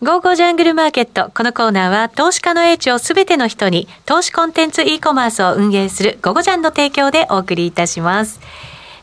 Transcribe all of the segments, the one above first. ゴーゴージャングルマーケット。このコーナーは投資家の英知をすべての人に投資コンテンツ e コマースを運営するゴゴジャンの提供でお送りいたします。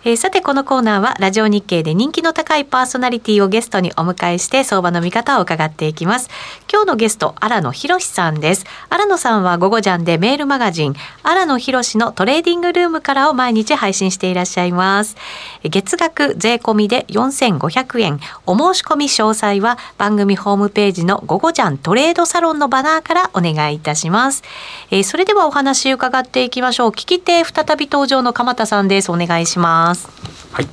えーさてこのコーナーはラジオ日経で人気の高いパーソナリティをゲストにお迎えして相場の見方を伺っていきます今日のゲスト荒野博さんです荒野さんは「ゴゴジャン」でメールマガジン「荒野博のトレーディングルーム」からを毎日配信していらっしゃいますえー月額税込みで4500円お申し込み詳細は番組ホームページの「ゴゴジャントレードサロン」のバナーからお願いいたします、えーそれではお話伺っていきましょう聞き手再び登場の鎌田さんですお願いしますはい。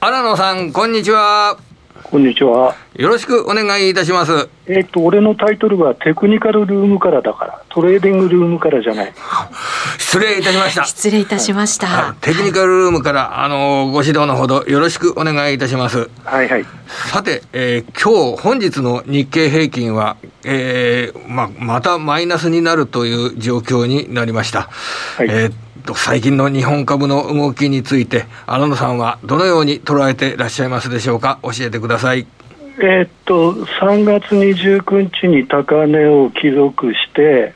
荒野さん、こんにちは。こんにちは。よろしくお願いいたします。えっ、と、俺のタイトルはテクニカルルームからだから、トレーディングルームからじゃない。失礼いたしました。失礼いたしました。はいテクニカルルームから、あのーご指導のほどよろしくお願いいたします。はいはい。さて、えー今日、本日の日経平均は、えーま、またマイナスになるという状況になりました。いえーっと最近の日本株の動きについて、荒野さんはどのように捉えていらっしゃいますでしょうか教えてください。えっ、と、3月29日に高値を記録して、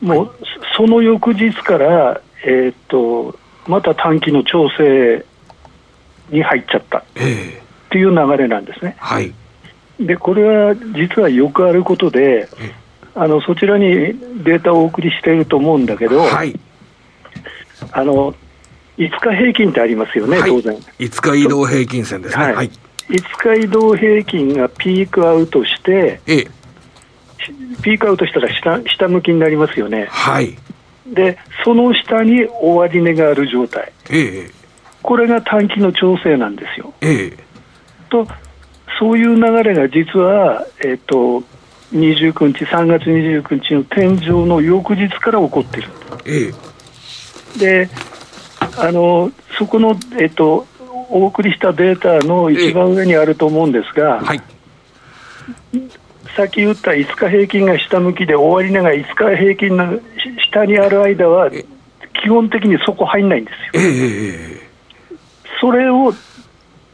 もう、その翌日から、えっ、と、また短期の調整に入っちゃったっえていう流れなんですね。ーはい。で、これは実はよくあることで、あの、そちらにデータをお送りしていると思うんだけど、はい。あの、5日平均ってありますよね、はい当然。 5日移動平均線ですね。はい5日移動平均がピークアウトして、ええしピークアウトしたら下下向きになりますよね、はい。でその下に終値がある状態、ええこれが短期の調整なんですよ。ええと、そういう流れが実は、えっと29日、3月29日の天井の翌日から起こってる。ええであのそこの、えっとお送りしたデータの一番上にあると思うんですが、はい。さっき言った5日平均が下向きで、終値が5日平均のし下にある間は、え基本的にそこ入んないんですえよ。ええそれを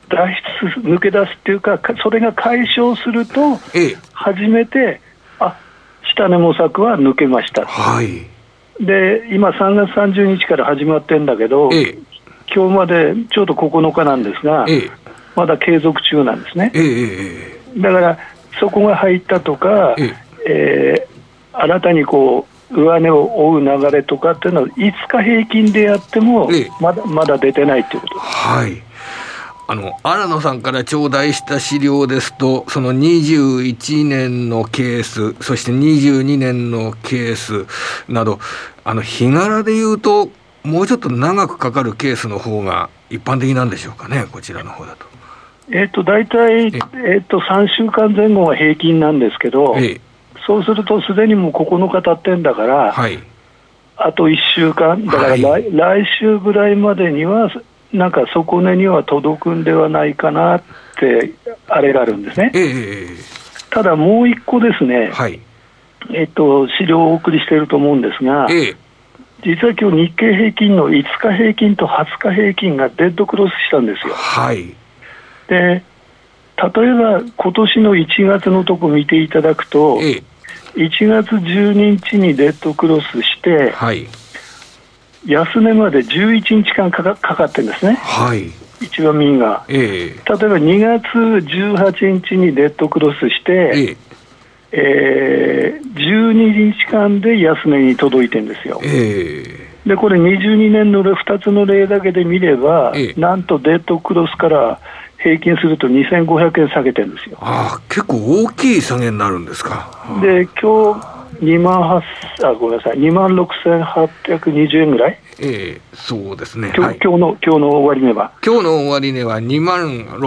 脱出す、抜け出すっていうか、かそれが解消すると、えええ初めて、あ下値模索は抜けました。はい。で、今3月30日から始まってんだけど、ええ今日までちょうど9日なんですが、ええまだ継続中なんですね。えええだからそこが入ったとか、ええー新たにこう上値を追う流れとかっていうのは5日平均でやってもええまだまだ出てないっていうことはい。あの、荒野さんから頂戴した資料ですと、その21年のケース、そして22年のケースなど、あの、日柄で言うと、もうちょっと長くかかるケースの方が一般的なんでしょうかね、こちらの方だと。えっ、と大体、ええっと3週間前後は平均なんですけど、ええそうするとすでにもう9日経ってんだから、はい。あと1週間だから来,、はい来週ぐらいまでにはなんか底値には届くんではないかなってあれがあるんですねええええただもう一個ですね、はい。えっと、資料をお送りしていると思うんですが、ええ実は今日日経平均の5日平均と20日平均がデッドクロスしたんですよ。はい。で、例えば今年の1月のとこ見ていただくと、え1月12日にデッドクロスしえて、はい。安値まで11日間かかかかってるんですね、はい。一番右が。ええ例えば2月18日にデッドクロスして、ええー12日間で安値に届いてるんですよえ。えでこれ、22年の2つの例だけで見れば、ええなんとデートクロスから平均すると2500円下げてるんですよ。ああ、結構大きい下げになるんですか。で、今日2万8あごめんなさい、2万6820円ぐらい、ええそうですね。今は日い。今日の今日の終値は。今日の終値は2万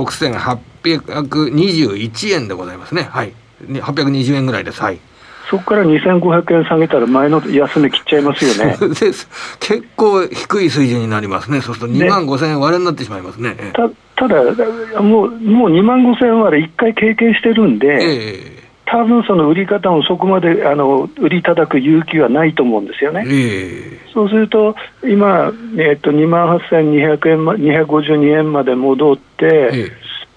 6821円でございますね。はい。ね820円ぐらいです。はい。そこから2500円下げたら、前の安値切っちゃいますよ ね。です結構低い水準になりますね。そうすると2万5000円割れになってしまいますね。えたただもう、もう2万5000円は1回経験してるんえで、え多分その売り方もそこまであの売り叩く勇気はないと思うんですよねえ。えそうすると、今、えっと2万8200円ま、252円まで戻って、ええ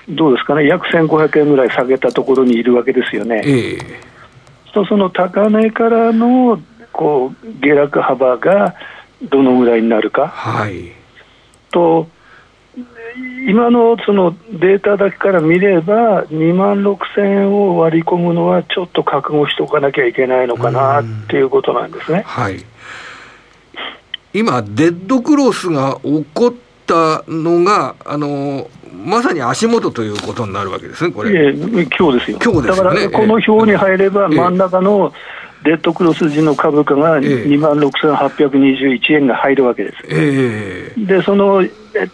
どうですかね、約1500円ぐらい下げたところにいるわけですよね。ええとその高値からのこう下落幅がどのぐらいになるかはい。と、今のそのデータだけから見れば、2万6000円を割り込むのは、ちょっと覚悟しておかなきゃいけないのかなっていうことなんですね。はい、今、デッドクロスが起こったのが、あのまさに足元ということになるわけですね、これ。ええ今日です今日でよすよねだからこの表に入れば、ええ真ん中のデッドクロス時の株価がええ2万6821円が入るわけです。ええで、そのえ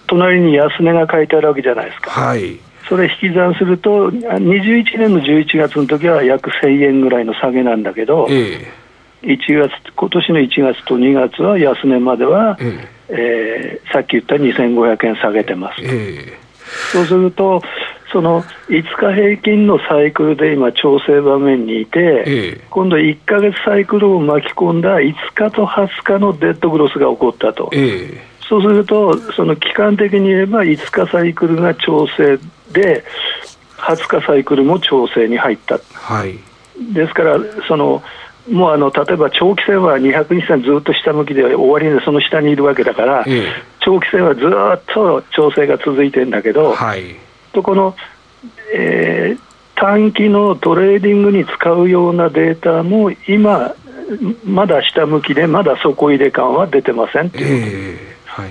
隣に安値が書いてあるわけじゃないですか。はい、それ引き算すると、あ21年の11月の時は約1000円ぐらいの下げなんだけど、ええ1月、今年の1月と2月は安値までは、ええーさっき言った2500円下げてますえ。えそうすると、その5日平均のサイクルで今、調整場面にいえて、え今度1ヶ月サイクルを巻き込んだ5日と20日のデッドグロスが起こったとえ、えそうすると、その期間的に言えば5日サイクルが調整で、20日サイクルも調整に入った、はい、ですから、そのもうあの例えば長期戦は200日線ずっと下向きで終わりでその下にいるわけだから、ええ長期戦はずっと調整が続いてんだけど、はい、とこの、えー短期のトレーディングに使うようなデータも今、まだ下向きで、まだ底入れ感は出てませんっていう、ええはい。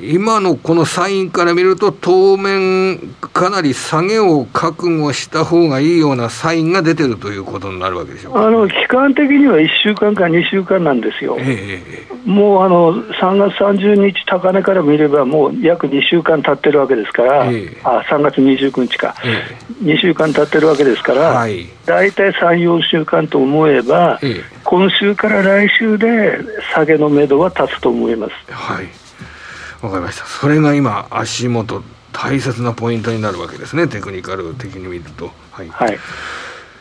今のこのサインから見ると、当面、かなり下げを覚悟した方がいいようなサインが出てるということになるわけでしょうか。あの期間的には1週間か2週間なんですよ、ええもうあの3月30日高値から見れば、もう約2週間経ってるわけですから、ええあ3月29日か、ええ2週間経ってるわけですから、はい大体3、4週間と思えば、ええ今週から来週で下げのめどは立つと思います。はい。わかりました。それが今、足元、大切なポイントになるわけですね、テクニカル的に見ると。はい。はい、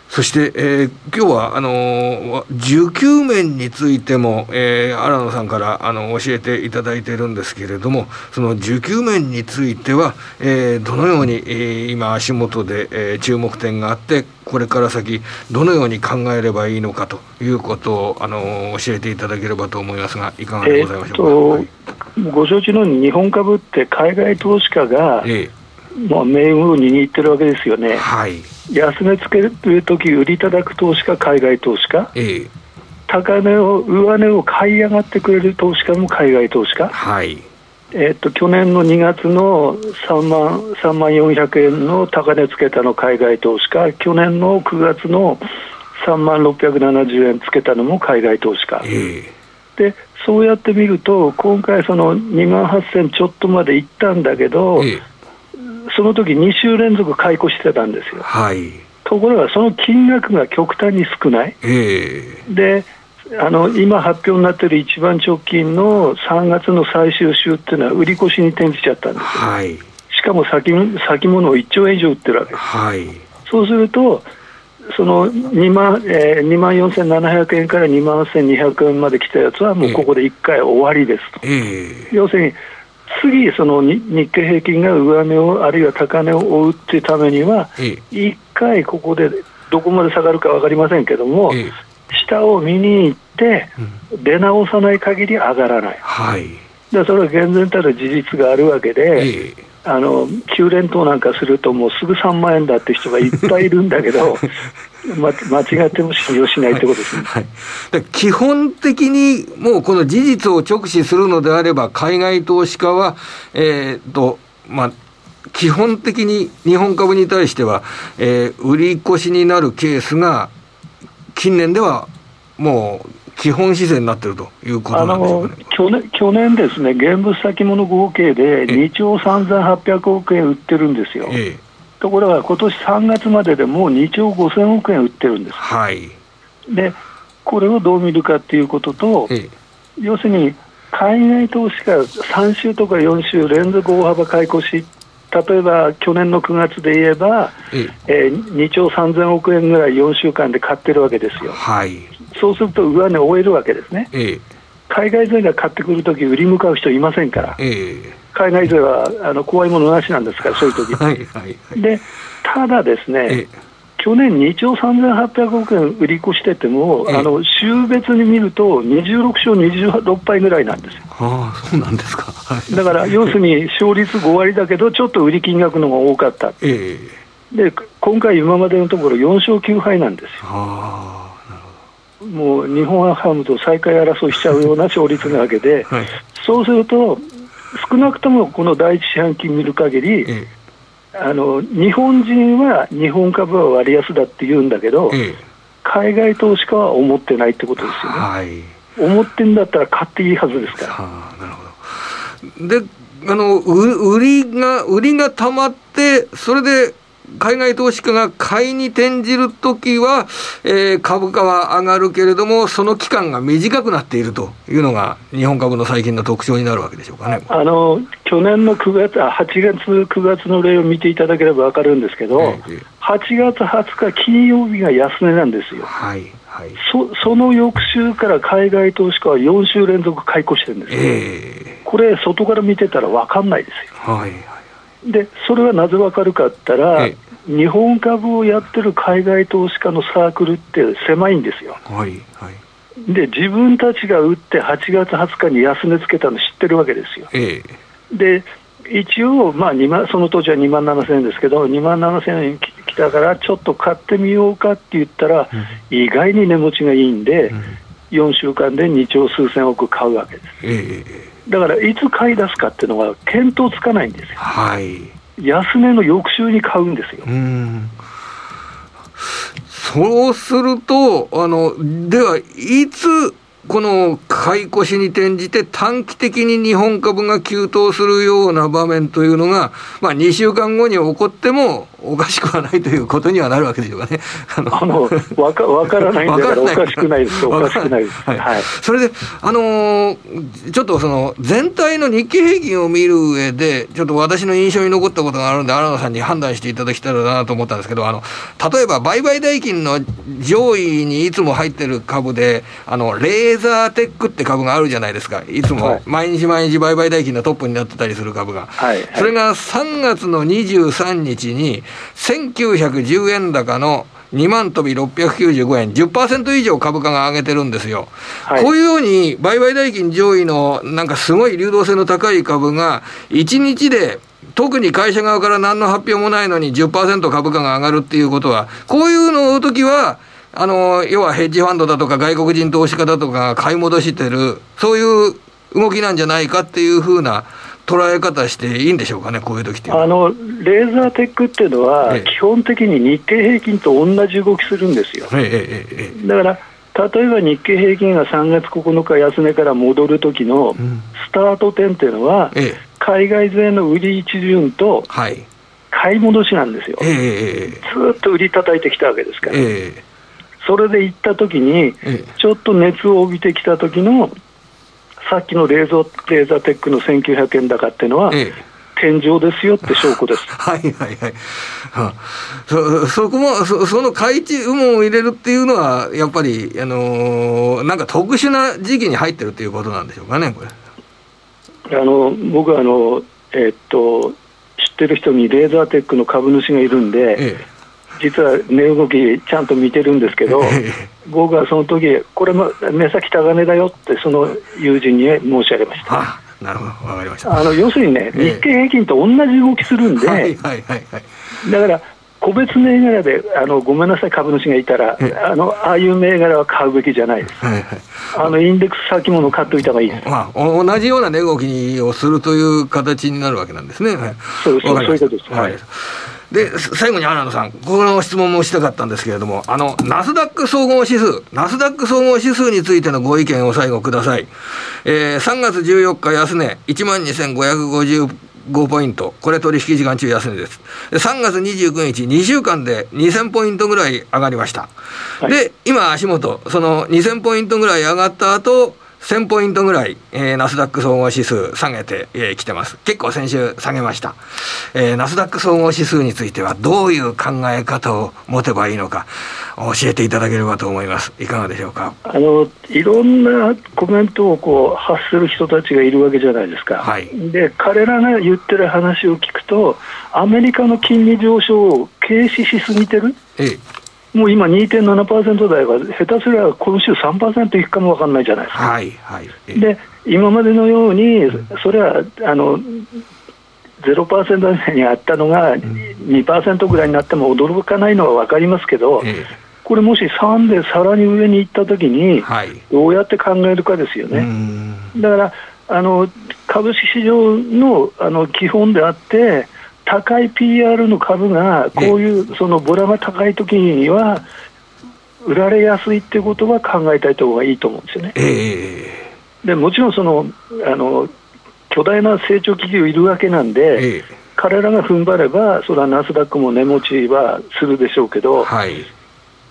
そして、えー今日は、あのー、19面についても、えー、新野さんから、あの、教えていただいているんですけれども、その19面については、えーどのように、えー今、足元で、えー注目点があって、これから先、どのように考えればいいのかということを、あのー教えていただければと思いますが、いかがでえございまーっしょとうか。ご承知のように、日本株って海外投資家がはい、えもう命運を握ってるわけですよえね、はい。安値つけるとき、売り叩く投資家、海外投資家、ええ高値を、上値を買い上がってくれる投資家も海外投資家、はい。えーっと去年の2月の3万 ,3 万400円の高値つけたの海外投資家、去年の9月の3万670円つけたのも海外投資家。ええでそうやってみると、今回、その2万8000ちょっとまで行ったんだけど、ええその時2週連続解雇してたんですよ。はい。ところが、その金額が極端に少ない。ええであの今発表になってる一番直近の3月の最終週っていうのは売り越しに転じちゃったんですはい。しかも先先物を1兆円以上売ってるわけですはい。そうすると、その2万,、えー、2万4700円から2万1200円まで来たやつは、もうここで1回終わりですと。ええ要するに次、そのに日経平均が上値を、あるいは高値を追うっていうためには、ええ1回ここでどこまで下がるか分かりませんけども、ええ下を見に行って、出直さない限り上がらない、はい。でそれは厳然たる事実があるわけで、ええあの9連投なんかすると、もうすぐ3万円だって人がいっぱいいるんだけ ど、ま、間違っても信用しないってことですね。はい、だから基本的にもうこの事実を直視するのであれば、海外投資家は、えーとまあ、基本的に日本株に対しては、えー売り越しになるケースが、近年ではもう基本姿勢になっているということあなんでしょうのかね。去年去年ですね、現物先物合計で2兆3800億円売ってるんですよ、ええところが今年3月まででもう2兆5000億円売ってるんではい、す、でこれをどう見るかっていうことと、ええ要するに海外投資家、3週とか4週連続大幅買い越し、例えば去年の9月で言えば、ええー2兆3000億円ぐらい4週間で買ってるわけですえよ、はい、そうすると上値を終えるわけですね、ええ海外勢が買ってくるとき、売り向かう人いませんから、ええ海外勢はあの怖いものなしなんで すから、そういう時はいはいはい。でただですえね、去年2兆3800億円売り越してても、ええあの週別に見ると、26勝26敗ぐらいなんですよああ、そうなんですか。はいだから要するに勝率5割だけど、ちょっと売り金額の方が多かった、ええで今回、今までのところ4勝9敗なんですよ、ああ、なるもう日本ハムと最下位争いしちゃうような勝率なわけで、ほど。はい。そうすると、少なくともこの第一四半期見る限り、えあの日本人は日本株は割安だって言うんだけどえ、ええ海外投資家は思ってないってことですよね。はい。思ってんだったら買っていいはずですから。ああ、なるほど。で、あの、う売りが、売りが溜まって、それで、海外投資家が買いに転じるときは、えー株価は上がるけれども、その期間が短くなっているというのが、日本株の最近の特徴になるわけでしょうかね。あの去年の9月、あ8月、9月の例を見ていただければ分かるんですけど、ええええ8月20日金曜日が安値なんですよ、はい、はい。そその翌週から海外投資家は4週連続買い越してるんですよ、ええこれ、外から見てたら分かんないですよ。はい、はい。でそれはなぜわかるかって言ったら、え日本株をやってる海外投資家のサークルって狭いんですよ、はい、はい。で自分たちが打って8月20日に安値つけたの知ってるわけですよ、ええで一応、まあ、2万その当時は2万7000円ですけど、2万7000円き来たから、ちょっと買ってみようかって言ったら、意外に値持ちがいいんで、うん4週間で2兆数千億買うわけです。ええええだからいつ買い出すかっていうのは見当つかないんですよ。はい。安値の翌週に買うんですよう。ん。そうすると、あの、では、いつ、この買い越しに転じて短期的に日本株が急騰するような場面というのが、まあ2週間後に起こってもおかしくはないということにはなるわけでしょうかね。あのあの、わか、わからないんだからおかしくないです。おかしくないです。はいはい。それで、あのーちょっとその全体の日経平均を見る上で、ちょっと私の印象に残ったことがあるんで、新野さんに判断していただきたいなと思ったんですけど、あの例えば売買代金の上位にいつも入ってる株で、あのレーザーテックって株があるじゃないですか、いつはもい毎日毎日売買代金のトップになってたりする株が。はいはいそれが3月の23日に、1910円高の2万飛び695円、10%以上株価が上げてるんですよ。はいこういうように、売買代金上位の、なんかすごい流動性の高い株が、1日で、特に会社側から何の発表もないのに10%株価が上がるっていうことは、こういうの時は、あの、要はヘッジファンドだとか外国人投資家だとかが買い戻してる、そういう動きなんじゃないかっていうふうな捉え方していいんでしょうかね、こういう時っていうのはあの、レーザーテックっていうのは、ええ基本的に日経平均と同じ動きするんですよ。えええええだから、例えば日経平均が3月9日安値から戻る時のんスタート点っていうのは、えええ海外勢の売り一巡とはい。買い戻しなんですよ。ええええずーっと売り叩いてきたわけですから。ええそれで行った時に、ええちょっと熱を帯びてきた時の、さっきのレーザーレーザーテックの1900円高っていうのは、ええ天井ですよって証拠 です。はいはいはい。はあそ、そこも、そその開地羽毛を入れるっていうのは、やっぱり、あのーなんか特殊な時期に入ってるっていうことなんでしょうかね、これ。あの僕はあの、えっと知ってる人にレーザーテックの株主がいるんで、え実は値動きちゃんと見てるんですけどええ、僕はその時これも目先高値だよって、その友人に申し上げました。はあ、なるほど、わかりました。あの要するにね、ええ日経平均と同じ動きするんで、はいはいはいはい。だから、個別銘柄であのごめんなさい、株主がいたらええ、あのああいう銘柄は買うべきじゃないです、はいはいあのインデックス先物買っておいた方がいいです。まあ、お同じような値動きをするという形になるわけなんですね。はい、そうそうわかりましたそういうことですわかりましたで、す最後に荒野さん、この質問もしたかったんですけれども、あの、ナスダック総合指数、ナスダック総合指数についてのご意見を最後ください。えー3月14日安値、12,550 5ポイント。これ取引時間中安値です。で3月29日、2週間で2000ポイントぐらい上がりました。はいで、今足元、その2000ポイントぐらい上がった後、 1000ポイントぐらい、えーナスダック総合指数下げてき、えー来てます。結構先週下げました。えーナスダック総合指数についてはどういう考え方を持てばいいのか教えていただければと思います。いかがでしょうか。あのいろんなコメントをこう発する人たちがいるわけじゃないですか、はいで彼らが言ってる話を聞くと、アメリカの金利上昇を軽視しすぎてる、えーもう今、2.7%台は、下手すりゃ今週3%いくかもわかんないじゃないですか。はいはい。えーで今までのように、それはあの0%台にあったのが2%ぐらいになっても驚かないのは分かりますけど、えこれ、もし3でさらに上に行ったときーに、はい。どうやって考えるかですようーね。んだからあの株式市場のあの基本であって高い PR の株がこういうそのボラが高い時には売られやすいってことは考えたい方がいいと思うんですよね。えーでもちろんそのあの巨大な成長企業いるわけなんで、ええ彼らが踏ん張れば、それはナスダックも値持ちはするでしょうけど、はい、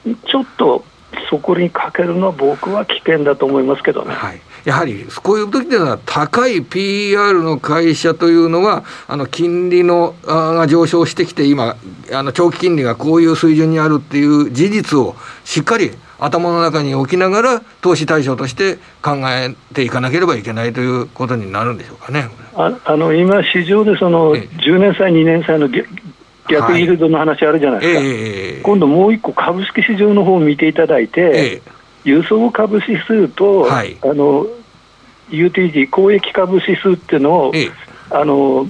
ちょっとそこにかけるのは僕は危険だと思いますけどね。はい、やはりこういう時というのは、高い PR の会社というのは、あの金利のあーが上昇してきて、今、あの長期金利がこういう水準にあるっていう事実をしっかり頭の中に置きながら、投資対象として考えていかなければいけないということになるんでしょうかね。ああの今、市場でそのええ10年債、2年債の逆逆イールドの話あるじゃないえですか、え今度もう一個、株式市場の方を見ていただいて、ええ輸送株指数と、はいあの UTG、公益株指数っていうのを、ええあの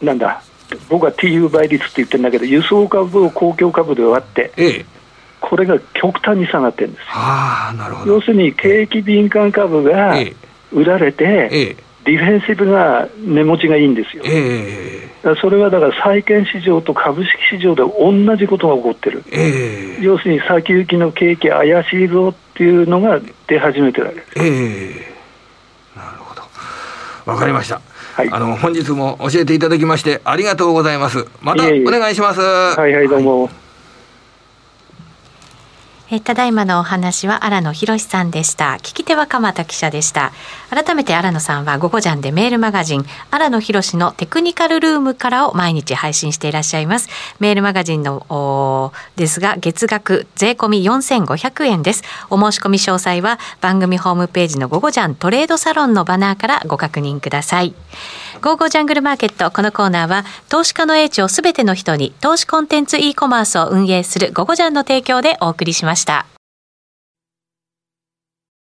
なんだ、僕は TU 倍率って言ってるんだけど、輸送株を公共株で割って、ええこれが極端に下がってるんですよ。ああ、なるほど要。するに景気敏感株がええ売られて、ええディフェンシブが値持ちがいいんですよ。ええそれはだから債券市場と株式市場で同じことが起こってる。ええ要するに先行きの景気怪しいぞっていうのが出始めてるわけです。ええなるほど。わかりました。はいあの本日も教えていただきましてありがとうございます。またいえいえお願いします。はいはいどうも。えーただいまのお話は荒野博さんでした聞き手は鎌田記者でした改めて荒野さんは「ゴゴジャン」でメールマガジン「荒野博のテクニカルルーム」からを毎日配信していらっしゃいますメールマガジンのおーですが月額税込み4500円ですお申し込み詳細は番組ホームページの「ゴゴジャントレードサロン」のバナーからご確認くださいゴーゴージャングルマーケットこのコーナーは投資家の英知をすべての人に投資コンテンツ e コマースを運営するゴゴジャンの提供でお送りしました。